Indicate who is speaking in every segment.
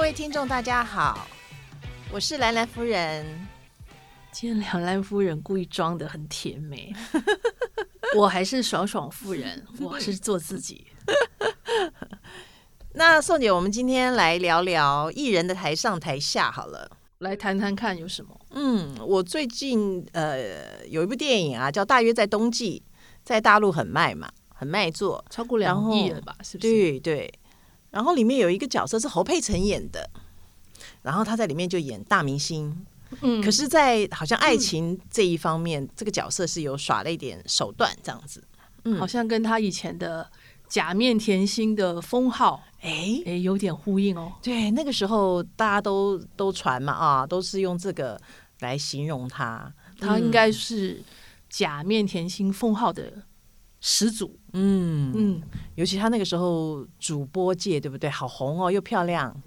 Speaker 1: 位听众，大家好，我是兰兰夫人。
Speaker 2: 今天两兰夫人故意装的很 甜美，我还是爽爽夫人，我是做自己。
Speaker 1: 那宋姐，我们今天来聊聊艺人的台上台下好了。
Speaker 2: 来谈谈看有什么？
Speaker 1: 嗯，我最近呃有一部电影啊，叫《大约在冬季》，在大陆很卖嘛，很卖座。
Speaker 2: 超过
Speaker 1: 然
Speaker 2: 两
Speaker 1: 后
Speaker 2: 亿了吧？是不是？
Speaker 1: 对对，然后里面有一个角色是侯佩岑演的，然后她在里面就演大明星。
Speaker 2: 嗯
Speaker 1: 可是，在好像爱情这一方面，这个角色是有耍了一点手段这样子。嗯
Speaker 2: 好像跟他以前的假面甜心的封号，
Speaker 1: 哎，
Speaker 2: 哎，有点呼应哦。
Speaker 1: 对，那个时候大家都都传嘛啊，都是用这个来形容他。
Speaker 2: 他
Speaker 1: 嗯
Speaker 2: 应该是假面甜心封号的始祖。
Speaker 1: 嗯，
Speaker 2: 嗯，
Speaker 1: 尤其他那个时候主播界对不对？好红哦，又漂亮，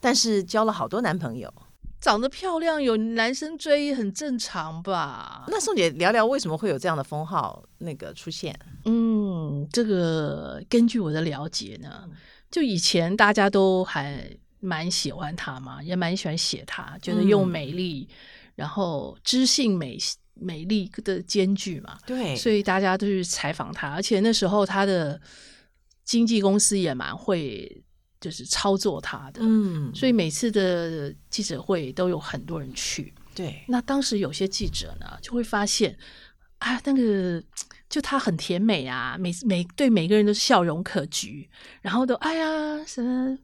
Speaker 1: 但是交了好多男朋友。
Speaker 2: 长得漂亮有男生追很正常吧？
Speaker 1: 那宋姐聊聊为什么会有这样的封号那个出现？
Speaker 2: 嗯，这个根据我的了解
Speaker 1: 嗯
Speaker 2: 呢，就以前大家都还蛮喜欢他嘛，也蛮喜欢写他，觉得又
Speaker 1: 嗯
Speaker 2: 美丽，然后知性美美丽的兼具嘛，
Speaker 1: 对
Speaker 2: 所以大家都去采访他，而且那时候他的经纪公司也蛮会就是操作他的，
Speaker 1: 嗯，
Speaker 2: 所以每次的记者会都有很多人去。
Speaker 1: 对，
Speaker 2: 那当时有些记者呢，就会发现啊，那个就她很甜美啊，每每对每个人都是笑容可掬，然后都哎呀什么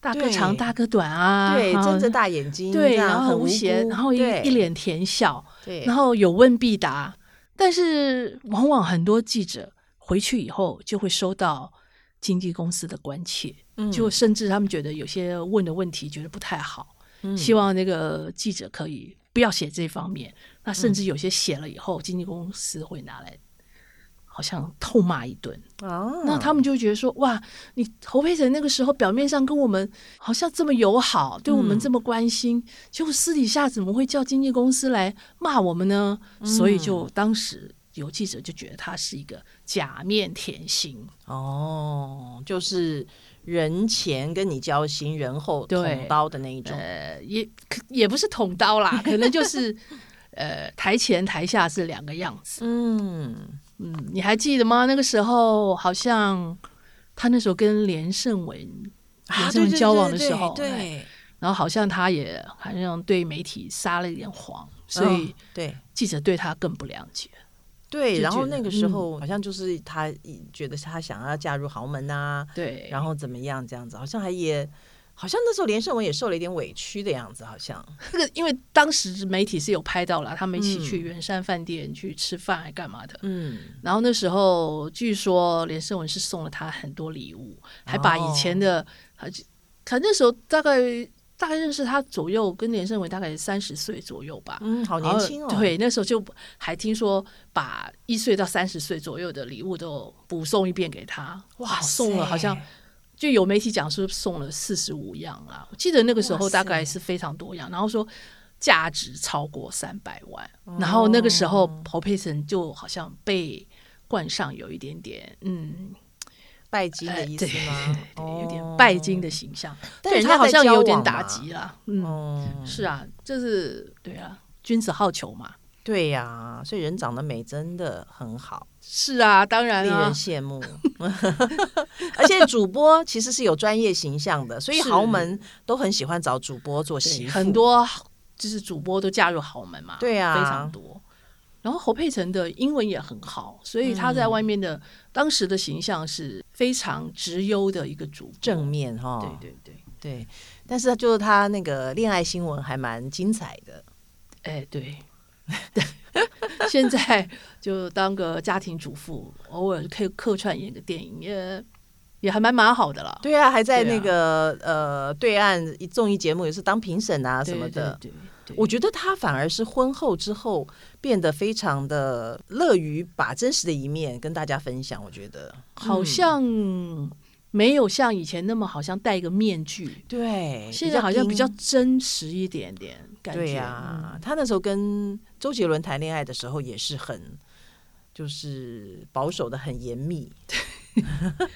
Speaker 2: 大哥长
Speaker 1: 对
Speaker 2: 大哥短啊，
Speaker 1: 对，
Speaker 2: 哈
Speaker 1: 睁着大眼睛，
Speaker 2: 对，
Speaker 1: 这样
Speaker 2: 然后
Speaker 1: 很
Speaker 2: 无邪，
Speaker 1: 辜
Speaker 2: 然后一
Speaker 1: 对
Speaker 2: 一脸甜笑，
Speaker 1: 对，
Speaker 2: 然后有问必答，但是往往很多记者回去以后就会收到经纪公司的关切，
Speaker 1: 嗯
Speaker 2: 就甚至他们觉得有些问的问题觉得不太好，
Speaker 1: 嗯
Speaker 2: 希望那个记者可以不要写这方面。那甚至有些写了以后，经纪公司会拿来好像痛骂一顿。
Speaker 1: 啊，
Speaker 2: 那他们就觉得说，哇，你侯佩岑那个时候表面上跟我们好像这么友好，对我们这么关心，结果私底下怎么会叫经纪公司来骂我们呢？所以就当时有记者就觉得他是一个假面甜心，
Speaker 1: 哦，就是人前跟你交心，人后
Speaker 2: 对
Speaker 1: 捅刀的那一种。
Speaker 2: 呃，也可也不是捅刀啦，可能就是。呃，台前台下是两个样子。
Speaker 1: 嗯，
Speaker 2: 嗯，你还记得吗？那个时候好像他那时候跟连胜文、
Speaker 1: 啊
Speaker 2: 连
Speaker 1: 对
Speaker 2: 胜文
Speaker 1: 对
Speaker 2: 交往
Speaker 1: 对
Speaker 2: 的
Speaker 1: 对
Speaker 2: 时候，
Speaker 1: 对
Speaker 2: 哎然后好像他也好像对媒体撒了一点谎，所以
Speaker 1: 嗯对
Speaker 2: 记者对他更不了解。
Speaker 1: 对，
Speaker 2: 就
Speaker 1: 然后
Speaker 2: 觉得嗯
Speaker 1: 那个时候好像就是他一觉得他想要嫁入豪门呐、
Speaker 2: 对，
Speaker 1: 然后怎么样这样子，好像还也好像那时候连胜文也受了一点委屈的样子，好像
Speaker 2: 这个因为当时媒体是有拍到了，他们一起
Speaker 1: 嗯
Speaker 2: 去圆山饭店去吃饭还干嘛的。
Speaker 1: 嗯，
Speaker 2: 然后那时候据说连胜文是送了他很多礼物，还把以
Speaker 1: 哦
Speaker 2: 前的，还可那时候大概大概认识他左右，跟连胜文大概三十岁左右吧。
Speaker 1: 嗯，好
Speaker 2: 好
Speaker 1: 年轻哦，
Speaker 2: 对，那时候就还听说把一岁到三十岁左右的礼物都补送一遍给他，哇，
Speaker 1: 塞
Speaker 2: 送了好像就有媒体讲说送了四十五样啦。我记得那个时
Speaker 1: 哇
Speaker 2: 候
Speaker 1: 塞
Speaker 2: 大概是非常多样，然后说价值超过三百万，
Speaker 1: 哦
Speaker 2: 然后那个时候侯佩岑就好像被冠上有一点点嗯，
Speaker 1: 拜金的意思吗？
Speaker 2: 哎
Speaker 1: 哦
Speaker 2: 有点拜金的形象，
Speaker 1: 但
Speaker 2: 对
Speaker 1: 人家
Speaker 2: 他好
Speaker 1: 在
Speaker 2: 像
Speaker 1: 交
Speaker 2: 有点
Speaker 1: 往
Speaker 2: 打
Speaker 1: 嘛
Speaker 2: 击啦。嗯，
Speaker 1: 哦，嗯，
Speaker 2: 是啊，就是对啊，君子好逑嘛。
Speaker 1: 对呀、所以人长得美真的很好。
Speaker 2: 是啊，当然
Speaker 1: 令人
Speaker 2: 啊，
Speaker 1: 羡慕， 而且主播其实是有专业形象的，所以
Speaker 2: 是
Speaker 1: 豪门都很喜欢找主播做媳
Speaker 2: 对，
Speaker 1: 妇，
Speaker 2: 很多就是主播都嫁入豪门嘛，
Speaker 1: 对啊
Speaker 2: 非常多。然后侯佩岑的英文也很好，所以她
Speaker 1: 嗯
Speaker 2: 在外面的、当时的形象是非常直优的一个主播
Speaker 1: 正。面哈，
Speaker 2: 对对对，
Speaker 1: 对但是就是他那个恋爱新闻还蛮精彩的，
Speaker 2: 哎对。 现在就当个家庭主妇，偶尔可以客串演个电影，也也还蛮蛮好的啦。
Speaker 1: 对啊，还在
Speaker 2: 对啊
Speaker 1: 那个、呃对岸一综艺节目也是当评审啊
Speaker 2: 对
Speaker 1: 什么的。
Speaker 2: 对对对
Speaker 1: 我觉得嗯他反而是婚后之后变得非常的乐于把真实的一面跟大家分享，我觉得
Speaker 2: 好像没有像以前那么好像戴一个面具，
Speaker 1: 对，
Speaker 2: 现在好像比
Speaker 1: 阴
Speaker 2: 较真实一点点，感觉。嗯
Speaker 1: 对呀、他那时候跟周杰伦谈恋爱的时候也是很，就是保守的很严密。
Speaker 2: 嗯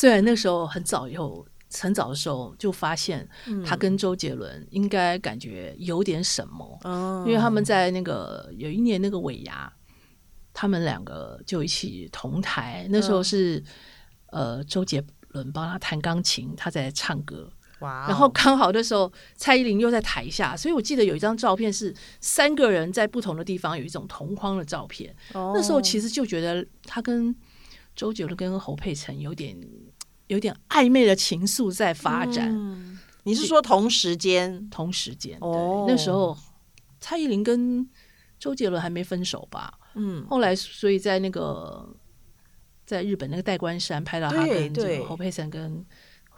Speaker 2: 虽然那时候很早以后很早的时候就发现他跟周杰伦应该感觉有点什么，
Speaker 1: 嗯
Speaker 2: 哦因为他们在那个有一年那个尾牙，他们两个就一起同台，那
Speaker 1: 嗯
Speaker 2: 时候是、呃周杰伦帮他弹钢琴，他在唱歌，
Speaker 1: 哇哦，
Speaker 2: 然后刚好那时候蔡依林又在台下，所以我记得有一张照片是三个人在不同的地方有一种同框的照片，
Speaker 1: 哦
Speaker 2: 那时候其实就觉得他跟周杰伦跟侯佩岑有点有点暧昧的情愫在发展，
Speaker 1: 嗯你是说同时间
Speaker 2: 同时间对
Speaker 1: 哦
Speaker 2: 那时候蔡依林跟周杰伦还没分手吧？
Speaker 1: 嗯
Speaker 2: 后来所以在那个在日本那个代官山拍到他
Speaker 1: 对
Speaker 2: 跟这
Speaker 1: 对嗯
Speaker 2: 个侯佩岑跟。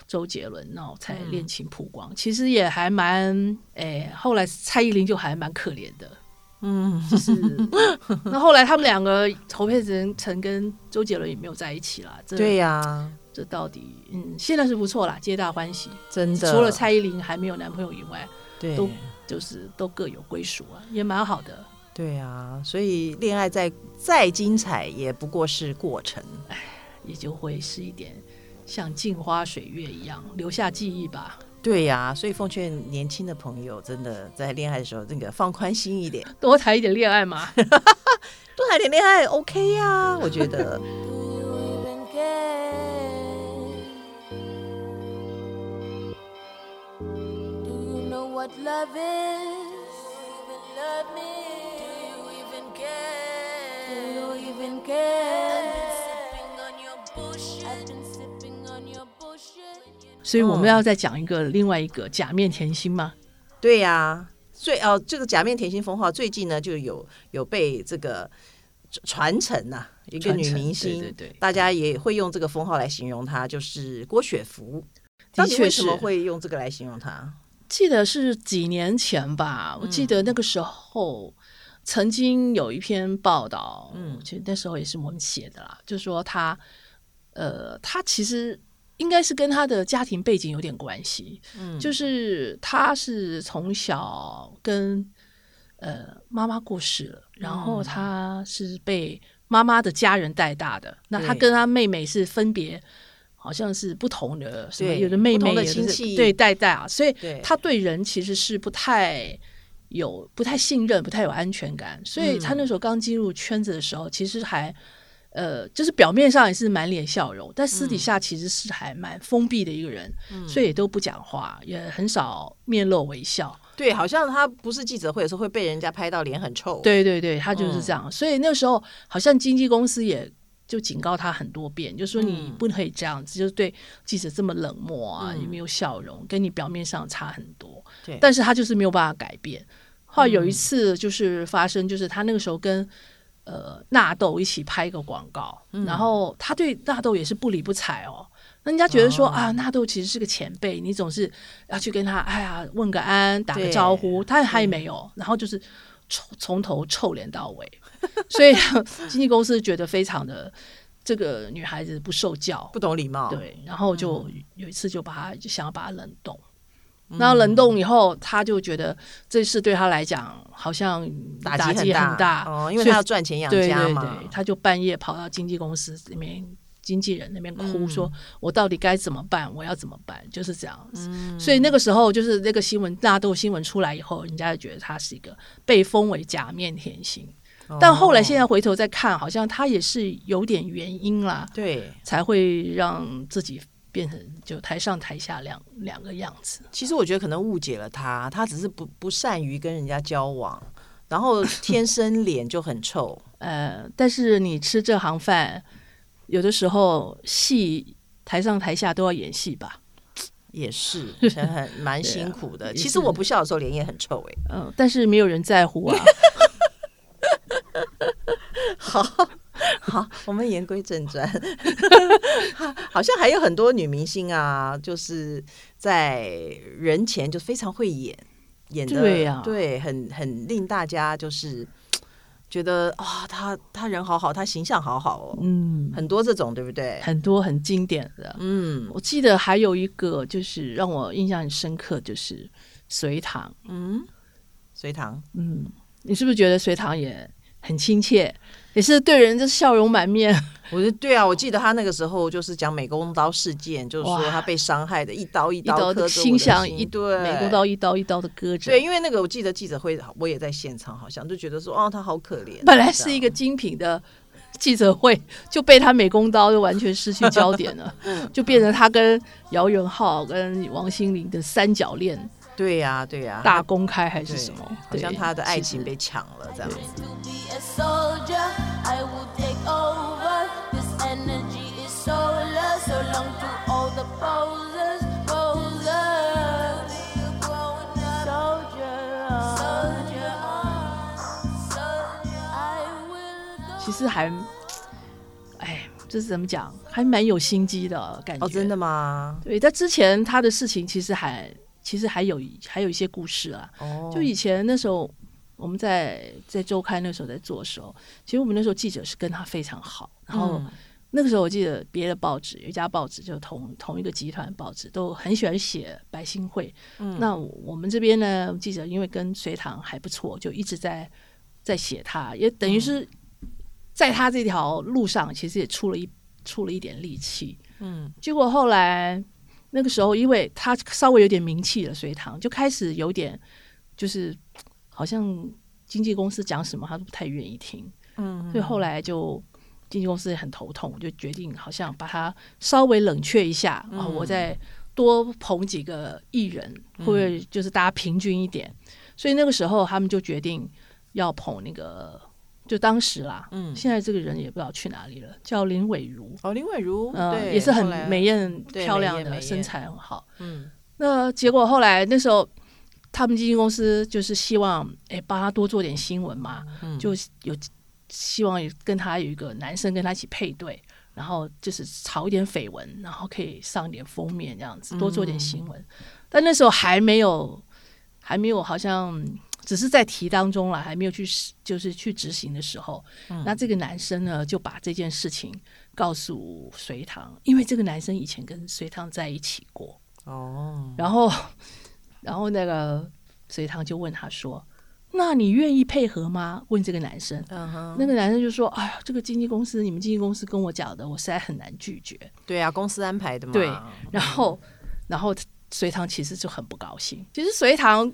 Speaker 2: 周杰伦，然后才恋情曝光，其实也还蛮，哎，后来蔡依林就还蛮可怜的，
Speaker 1: 嗯
Speaker 2: 是，那后来他们两个侯佩岑曾跟周杰伦也没有在一起啦。这
Speaker 1: 对呀、
Speaker 2: 这到底嗯，现在是不错啦，皆大欢喜。
Speaker 1: 真的
Speaker 2: 除了蔡依林还没有男朋友以外，
Speaker 1: 对
Speaker 2: 都就是都各有归属啊，也蛮好的。
Speaker 1: 对啊，所以恋爱再再精彩也不过是过程。
Speaker 2: 也就会是一点像镜花水月一样留下记忆吧。
Speaker 1: 对呀、所以奉劝年轻的朋友，真的在恋爱的时候，那个放宽心一点，
Speaker 2: 多谈一点恋爱嘛。
Speaker 1: 多谈点恋爱 OK 呀、 我觉得。
Speaker 3: Do you even care? Do you know what love is? Do you even love me? Do you even care? Do you even care? I've been sipping on your bullshit. I've been sipping on your bullshit.
Speaker 2: 所以我
Speaker 1: 嗯
Speaker 2: 们要再讲一个另外一个假面甜心吗？
Speaker 1: 对呀、最哦，这个假面甜心封号最近呢就有有被这个传承呐、一个
Speaker 2: 传
Speaker 1: 女
Speaker 2: 承
Speaker 1: 明星，
Speaker 2: 对对对
Speaker 1: 大家也会用这个封号来形容她，就是郭雪芙。
Speaker 2: 的
Speaker 1: 到底为
Speaker 2: 确
Speaker 1: 什
Speaker 2: 是。
Speaker 1: 么会用这个来形容她？
Speaker 2: 记得是几年前吧，我记得那个时候曾经有一篇报道，
Speaker 1: 嗯
Speaker 2: 嗯，其实那时候也是我们写的啦，就说他，呃，他其实应该是跟他的家庭背景有点关系，
Speaker 1: 嗯
Speaker 2: 就是他是从小跟呃妈妈过世了，然后
Speaker 1: 嗯
Speaker 2: 他是被妈妈的家人带大的，那他
Speaker 1: 对
Speaker 2: 跟他妹妹是分别。好像是不同的，什么
Speaker 1: 对
Speaker 2: 有的妹
Speaker 1: 不
Speaker 2: 妹，
Speaker 1: 同的
Speaker 2: 有
Speaker 1: 亲
Speaker 2: 是
Speaker 1: 戚
Speaker 2: 对带带啊，所以
Speaker 1: 对
Speaker 2: 他对人其实是不太有、不太信任、不太有安全感，所以他那时候刚进入圈子的时候，其实还呃，就是表面上也是满脸笑容，但私底下其实是还蛮封闭的一个人，所以也都不讲话，也很少面露微笑。
Speaker 1: 对，好像她不是记者会的时候会被人家拍到脸很臭。，
Speaker 2: 对对对，他就是这样。所以那时候好像经纪公司也就警告他很多遍，就说你不可以这样子，就是对记者这么冷漠啊，
Speaker 1: 嗯
Speaker 2: 也没有笑容，跟你表面上差很多。
Speaker 1: 对嗯
Speaker 2: 但是他就是没有办法改变。后来有一次就是发生，就是他那个时候跟。呃，纳豆一起拍一个广告，
Speaker 1: 嗯
Speaker 2: 然后他对纳豆也是不理不睬哦。那人家觉得说、
Speaker 1: 哦
Speaker 2: 啊，纳豆其实是个前辈，你总是要去跟他，哎呀，问个安，打个
Speaker 1: 对
Speaker 2: 招呼，但他也没有，然后就是臭从头臭脸到尾，所以经纪公司觉得非常的这个女孩子不受教，
Speaker 1: 不懂礼貌。，
Speaker 2: 对，然后就
Speaker 1: 嗯
Speaker 2: 有一次就把她就想要把她冷冻，然后冷冻以后，她就觉得这事对她来讲好像
Speaker 1: 打
Speaker 2: 击
Speaker 1: 击
Speaker 2: 很
Speaker 1: 大哦，因为她要赚钱养
Speaker 2: 对
Speaker 1: 家
Speaker 2: 对
Speaker 1: 嘛。
Speaker 2: 对，她就半夜跑到经纪公司里面。经纪人那边哭
Speaker 1: 嗯
Speaker 2: 说：“我到底该怎么办？我要怎么办？”就是这样子。
Speaker 1: 嗯
Speaker 2: 所以那个时候，就是那个新闻纳豆新闻出来以后，人家就觉得她是一个被封为假面甜心。但后来现
Speaker 1: 在、
Speaker 2: 在回头再看，好像她也是有点原因啦。
Speaker 1: 对，
Speaker 2: 才会让自己变成就台上台下两两个样子。
Speaker 1: 其实我觉得可能误解了他，他只是不不善于跟人家交往，然后天生脸就很 臭。
Speaker 2: 呃，但是你吃这行饭，有的时候戏台上台下都要演戏吧。
Speaker 1: 也是很很蛮辛苦的。
Speaker 2: 啊也
Speaker 1: 其实
Speaker 2: 是
Speaker 1: 我不笑的时候脸也很臭 哎、
Speaker 2: 嗯、但是没有人在乎啊。
Speaker 1: 好，我们言归正传， 好像还有很多女明星啊，就是在人前就非常会演，演的
Speaker 2: 对啊呀
Speaker 1: 对，很很令大家就是觉得啊，她她人好好，她形象好好哦，
Speaker 2: 嗯，
Speaker 1: 很多这种对不对？
Speaker 2: 很多很经典的。
Speaker 1: 嗯
Speaker 2: 我记得还有一个就是让我印象很深刻，就是隋唐。
Speaker 1: 嗯，隋唐
Speaker 2: 嗯，你是不是觉得隋唐也很亲切，也是对人这笑容满面。
Speaker 1: 我说对啊，我记得他那个时候就是讲美工刀事件，就是说
Speaker 2: 哇
Speaker 1: 他被伤害的一刀一
Speaker 2: 一刀
Speaker 1: 刀刻着我的
Speaker 2: 心想一
Speaker 1: 对
Speaker 2: 美工刀一刀一刀的割着。
Speaker 1: 对，因为那个我记得记者会，我也在现场，好像就觉得说哦，他好可怜。
Speaker 2: 本来
Speaker 1: 这
Speaker 2: 是
Speaker 1: 样
Speaker 2: 一个精品的记者会，就被他美工刀就完全失去焦点 了，
Speaker 1: 嗯
Speaker 2: 就变成他跟姚元浩跟王心凌的三角恋
Speaker 1: 对呀、对呀、
Speaker 2: 大公开还是
Speaker 1: 对
Speaker 2: 什么？
Speaker 1: 好像
Speaker 2: 对
Speaker 1: 他的爱情。
Speaker 2: 其实
Speaker 1: 被抢了这样子。
Speaker 3: to be a soldier. I will take over. This energy is solar. So long to all the posers, posers. Soldier on, soldier on, soldier. I will go.
Speaker 2: 其实还，哎，这是怎么讲？还蛮有心机的感觉。
Speaker 1: 哦，真的。吗？
Speaker 2: 对，在之前他的事情其实还其实还有一还有一些故事啊。
Speaker 1: 哦，
Speaker 2: 就以前那时候我们在在周刊那时候在做的时候，其实我们那时候记者是跟他非常好，然后
Speaker 1: 嗯
Speaker 2: 那个时候我记得别的报纸有一家报纸就同同一个集团报纸都很喜欢写白新会，
Speaker 1: 嗯
Speaker 2: 那我们这边呢记者因为跟隋唐还不错，就一直在在写他，也等于是在他这条路上其实也出了一出了一点力气，
Speaker 1: 嗯
Speaker 2: 结果后来那个时候，因为他稍微有点名气了，隋唐就开始有点就是好像经纪公司讲什么他都不太愿意听，
Speaker 1: 嗯，
Speaker 2: 所以后来就经纪公司也很头痛，就决定好像把他稍微冷却一下啊、
Speaker 1: 嗯
Speaker 2: 我再多捧几个艺人，会不会
Speaker 1: 嗯
Speaker 2: 就是大家平均一点？所以那个时候他们就决定要捧那个，就当时啦，
Speaker 1: 嗯
Speaker 2: 现在这个人也不知道去哪里了，叫林伟如，
Speaker 1: 哦，林伟如
Speaker 2: 呃，
Speaker 1: 对
Speaker 2: 也是很
Speaker 1: 后来
Speaker 2: 美艳、
Speaker 1: 对
Speaker 2: 漂亮
Speaker 1: 美艳美
Speaker 2: 的，
Speaker 1: 艳
Speaker 2: 身材很好。
Speaker 1: 嗯
Speaker 2: 那结果后来那时候，他们经纪公司就是希望，哎，帮他多做点新闻嘛，
Speaker 1: 嗯
Speaker 2: 就有希望有跟他有一个男生跟他一起配对，然后就是炒一点绯闻，然后可以上点封面这样子，多做点新闻。但那时候还没有，还没有，好像只是在提当中了，还没有去实就是去执行的时候，那这个男生呢就把这件事情告诉隋唐，因为这个男生以前跟隋唐在一起过。
Speaker 1: 哦，
Speaker 2: 然后，然后那个隋唐就问他说：“那你愿意配合吗？”问这个男生，
Speaker 1: 嗯哼，
Speaker 2: 那个男生就说：“哎呀，这个经纪公司，你们经纪公司跟我讲的，我实在很难拒绝。
Speaker 1: 对啊，公司安排的嘛。
Speaker 2: 对然后，然后隋唐其实就很不高兴。其实隋唐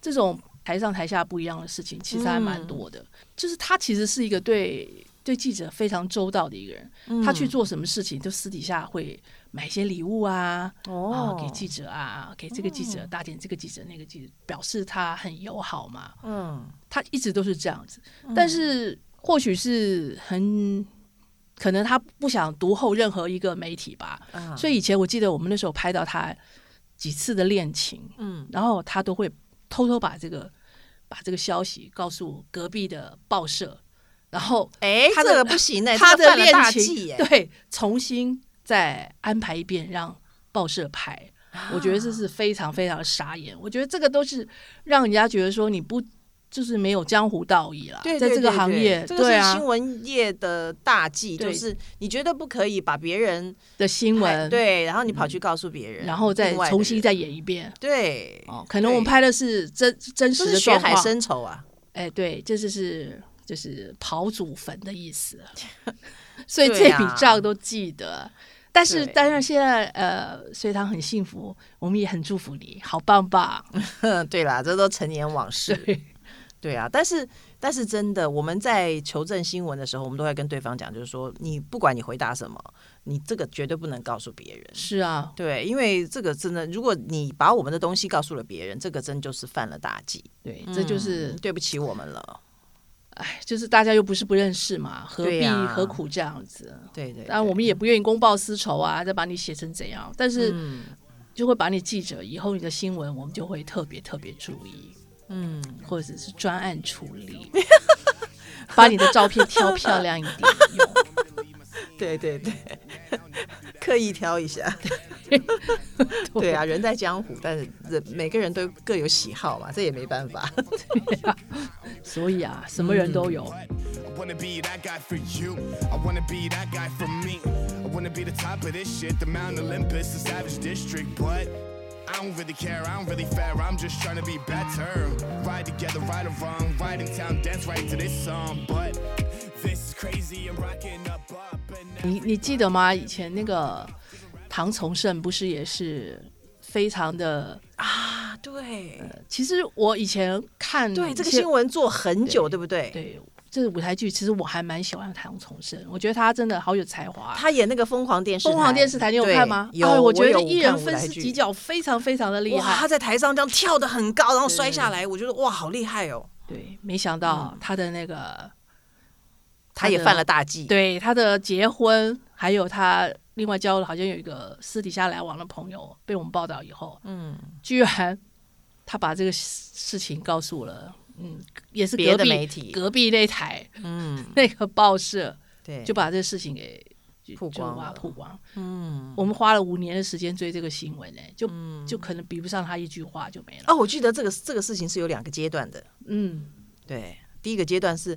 Speaker 2: 这种台上台下不一样的事情，其实还蛮多的。就是他其实是一个对对记者非常周到的一个人，
Speaker 1: 嗯
Speaker 2: 他去做什么事情，就私底下会买一些礼物啊，
Speaker 1: 哦
Speaker 2: 啊，，给记者啊，给这个记者打点这个记者那个记者，表示他很友好嘛。
Speaker 1: 嗯
Speaker 2: 他一直都是这样子，但是或许是很可能他不想独后任何一个媒体吧。
Speaker 1: 啊，
Speaker 2: 所以以前我记得我们那时候拍到他几次的恋情，
Speaker 1: 嗯
Speaker 2: 然后他都会偷偷把这个把这个消息告诉隔壁的报社，然后
Speaker 1: 哎，
Speaker 2: 他的
Speaker 1: 这个不 行呢，
Speaker 2: 他
Speaker 1: 这个犯
Speaker 2: 的
Speaker 1: 了
Speaker 2: 恋
Speaker 1: 大忌
Speaker 2: 情
Speaker 1: 耶，
Speaker 2: 对重新再安排一遍让报社拍。我觉得这是非常非常的傻眼，我觉得这个都是让人家觉得说你不就是没有江湖道义啦，
Speaker 1: 对，
Speaker 2: 在
Speaker 1: 对
Speaker 2: 这个
Speaker 1: 对
Speaker 2: 行
Speaker 1: 对
Speaker 2: 业，
Speaker 1: 这个
Speaker 2: 对
Speaker 1: 是
Speaker 2: 啊
Speaker 1: 新闻业的大忌，就
Speaker 2: 对
Speaker 1: 是你绝对不可以把别人
Speaker 2: 的新
Speaker 1: 拍
Speaker 2: 闻，，嗯
Speaker 1: 对，然后你跑去告诉别人，
Speaker 2: 然后再
Speaker 1: 另外的
Speaker 2: 重新
Speaker 1: 人
Speaker 2: 再演一遍。
Speaker 1: 对，
Speaker 2: 哦，可能我们
Speaker 1: 对
Speaker 2: 拍的是真真
Speaker 1: 这
Speaker 2: 实
Speaker 1: 是
Speaker 2: 的
Speaker 1: 血
Speaker 2: 状
Speaker 1: 海
Speaker 2: 况，
Speaker 1: 深仇 啊，
Speaker 2: 哎，对，这就是就是跑祖坟的意思， 所以
Speaker 1: 对
Speaker 2: 这笔
Speaker 1: 啊
Speaker 2: 账都记得。但是，
Speaker 1: 对
Speaker 2: 当然现在呃，隋唐很幸福，我们也很祝福你，好棒棒。
Speaker 1: 哼，对啦，这都陈年往事。
Speaker 2: 对
Speaker 1: 对啊，但是但是真的，我们在求证新闻的时候，我们都会跟对方讲，就是说，你不管你回答什么，你这个绝对不能告诉别人。
Speaker 2: 是啊，
Speaker 1: 对，因为这个真的，如果你把我们的东西告诉了别人，这个真就是犯了大忌，
Speaker 2: 对，这就是
Speaker 1: 嗯对不起我们了。
Speaker 2: 哎，就是大家又不是不认识嘛，何
Speaker 1: 对
Speaker 2: 必、
Speaker 1: 呀
Speaker 2: 何苦这样子？
Speaker 1: 对对对，
Speaker 2: 当然，我们也不愿意公报私仇啊，再把你写成怎样，但是
Speaker 1: 嗯
Speaker 2: 就会把你记者以后你的新闻，我们就会特别特别注意，
Speaker 1: 嗯，
Speaker 2: 或者是专案处 理，把你的照片挑漂亮一点用。
Speaker 1: 对对对， 刻意挑一 下。对啊，人在江湖，但是人每个人都各有喜好嘛，这也没办 法。
Speaker 2: 所以啊，什么人都有。
Speaker 4: I wanna be that guy for you. I wanna be that guy for me. I wanna be the top of this shit, the Mount Olympus, the Savage District, but I don't really care, I don't really fare, I'm just trying to be better. Ride together, right or wrong, ride in town, dance right to this song. But this is crazy, I'm rocking up, up, and
Speaker 1: 嗯
Speaker 2: 你你记得吗？以前那个唐崇盛不是也是非常的？
Speaker 1: 啊，对
Speaker 2: 其实我以前看
Speaker 1: 对，这个
Speaker 2: 一些
Speaker 1: 新闻做很久，对不对？
Speaker 2: 对这个舞台剧，其实我还蛮喜欢唐崇盛，我觉得他真的好有才华。
Speaker 1: 他演那个疯狂电视台，
Speaker 2: 凤凰电视台，你有
Speaker 1: 对
Speaker 2: 看吗？
Speaker 1: 有，
Speaker 2: 哎我觉
Speaker 1: 有
Speaker 2: 得
Speaker 1: 我
Speaker 2: 一
Speaker 1: 看
Speaker 2: 人
Speaker 1: 舞
Speaker 2: 分
Speaker 1: 台
Speaker 2: 饰
Speaker 1: 剧
Speaker 2: 几角，非常非常的厉
Speaker 1: 哇，他
Speaker 2: 害。
Speaker 1: 在台上这样跳的很高，然后摔下来，我觉得哇，好厉害哦！
Speaker 2: 对，没想
Speaker 1: 嗯
Speaker 2: 到他的那个，
Speaker 1: 他也
Speaker 2: 的
Speaker 1: 犯了大忌，
Speaker 2: 对他的结婚，还有他另外交了好像有一个私底下来往的朋友，被我们报道以后，
Speaker 1: 嗯，
Speaker 2: 居然他把这个事事情告诉了，嗯，也是
Speaker 1: 别
Speaker 2: 隔
Speaker 1: 的
Speaker 2: 壁
Speaker 1: 媒体
Speaker 2: 隔壁那台
Speaker 1: 嗯，
Speaker 2: 那个报社
Speaker 1: 对，
Speaker 2: 就把这事情给就
Speaker 1: 曝
Speaker 2: 就
Speaker 1: 光
Speaker 2: 挖
Speaker 1: 了
Speaker 2: 曝光。
Speaker 1: 嗯，
Speaker 2: 我们花了五年的时间追这个新闻呢、欸就、就可能比不上他一句话就没了。
Speaker 1: 哦，我记得这个这个事情是有两个阶段的，
Speaker 2: 嗯，
Speaker 1: 对，第一个阶段是。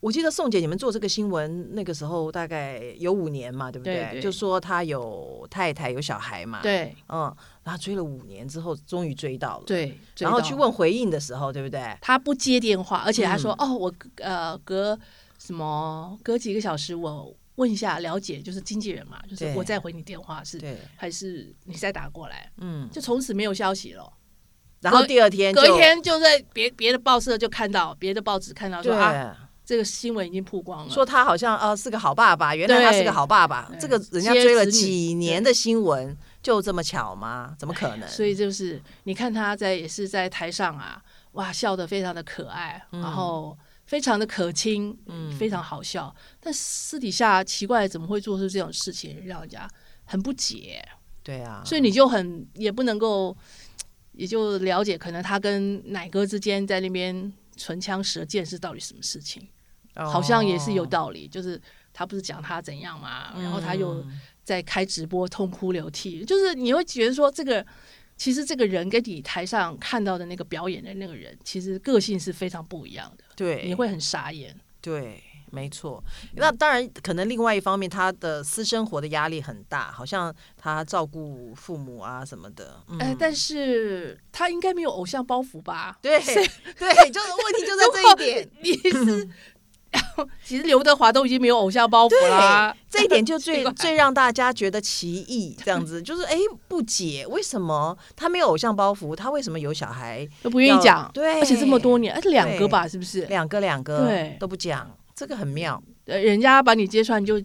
Speaker 1: 我记得宋姐，你们做这个新闻那个时候大概有五年嘛，对不
Speaker 2: 对对
Speaker 1: 就说他有太太有小孩嘛，，
Speaker 2: 对
Speaker 1: 嗯，然后追了五年之后，终于追到了，，
Speaker 2: 对，追
Speaker 1: 然后
Speaker 2: 到
Speaker 1: 去问回应的时候，对不对？
Speaker 2: 他不接电话，而且他
Speaker 1: 嗯
Speaker 2: 说：“哦，我呃隔什么隔几个小时我问一下了解，就是经纪人嘛，就是
Speaker 1: 对
Speaker 2: 我再回你电话是
Speaker 1: 对，
Speaker 2: 还是你再打过来。”
Speaker 1: 嗯，
Speaker 2: 就从此没有消息了。
Speaker 1: 然后第二天
Speaker 2: 隔一
Speaker 1: 就
Speaker 2: 天就在别别的报社就看到，别的报纸看到
Speaker 1: 对
Speaker 2: 说啊，这个新闻已经曝光了。
Speaker 1: 说他好像呃是个好爸爸，原来他是个好爸爸，
Speaker 2: 对
Speaker 1: 这个人家追了
Speaker 2: 接子女
Speaker 1: 几年的新闻，就这么巧吗？怎么可能？
Speaker 2: 所以就是你看他在也是在台上啊，哇，笑得非常的可爱，然后非常的可亲，嗯，非常好笑。但私底下奇怪怎么会做出这种事情，让人家很不解，
Speaker 1: 对啊，
Speaker 2: 所以你就很也不能够，也就了解可能他跟奶哥之间在那边唇枪舌剑是到底什么事情，
Speaker 1: 哦
Speaker 2: 好像也是有道理，就是。他不是讲他怎样嘛，然后他又
Speaker 1: 嗯
Speaker 2: 在开直播痛哭流涕，就是你会觉得说这个。其实这个人跟你台上看到的那个表演的那个人，其实个性是非常不一样的，
Speaker 1: 对，
Speaker 2: 你会很傻眼。
Speaker 1: 对。没错，那当然可能另外一方面，他的私生活的压力很大，好像他照顾父母啊什么的。嗯，
Speaker 2: 哎、但是他应该没有偶像包袱吧？
Speaker 1: 对对，就是问题就在这一点。
Speaker 2: 你 是，其实刘德华都已经没有偶像包袱啦
Speaker 1: 对，，这一点就
Speaker 2: 奇
Speaker 1: 最
Speaker 2: 怪
Speaker 1: 最让大家觉得奇异，这样子就是哎不解，为什么他没有偶像包袱，他为什么有小孩？
Speaker 2: 都不愿意
Speaker 1: 要
Speaker 2: 讲。
Speaker 1: 对
Speaker 2: 而且这么多年，而且两个
Speaker 1: 对
Speaker 2: 吧，是不是？
Speaker 1: 两个两个
Speaker 2: 对
Speaker 1: 都不讲，这个很妙。
Speaker 2: 呃，人家把你揭穿，你就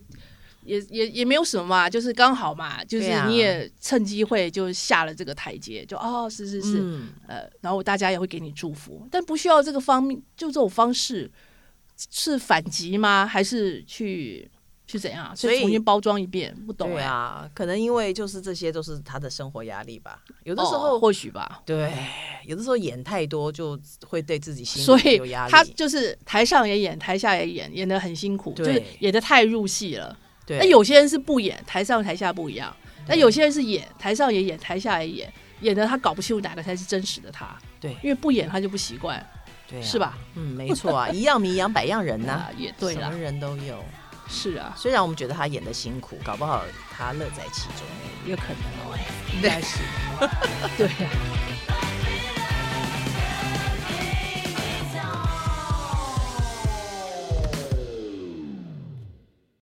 Speaker 2: 也也也没有什么嘛，就是刚好嘛，就是
Speaker 1: 对啊
Speaker 2: 你也趁机会就下了这个台阶，就哦，是是是，
Speaker 1: 嗯，
Speaker 2: 呃，然后大家也会给你祝福，但不需要这个方面，就这种方式是反击吗？还是去去怎样？
Speaker 1: 所以
Speaker 2: 去重新包装一遍？不懂
Speaker 1: 对
Speaker 2: 哎、
Speaker 1: 啊，可能因为就是这些都是他的生活压力吧。有
Speaker 2: 有
Speaker 1: 的时候、
Speaker 2: 哦或许吧，
Speaker 1: 对，有的时候演太多就会对自己心
Speaker 2: 所
Speaker 1: 里
Speaker 2: 以
Speaker 1: 有压力。
Speaker 2: 他就是台上也演，台下也演，演的很辛苦，就
Speaker 1: 对
Speaker 2: 是演的太入戏了。
Speaker 1: 对嗯
Speaker 2: 那有些人是不演，台上台下不一样；那有些人是演，台上也演，台下也演，演的他搞不清楚哪个才是真实的他，
Speaker 1: 对
Speaker 2: 因为不演他就不习惯，
Speaker 1: 对、啊、
Speaker 2: 是？吧？
Speaker 1: 嗯，没错啊，一样米养百样人呐、
Speaker 2: 啊，也 对
Speaker 1: 什
Speaker 2: 啦
Speaker 1: 么，人都有。
Speaker 2: 是啊，
Speaker 1: 虽然我们觉得他演的辛苦，搞不好他乐在其中。
Speaker 2: 有可能哦，应该是，对呀、
Speaker 3: I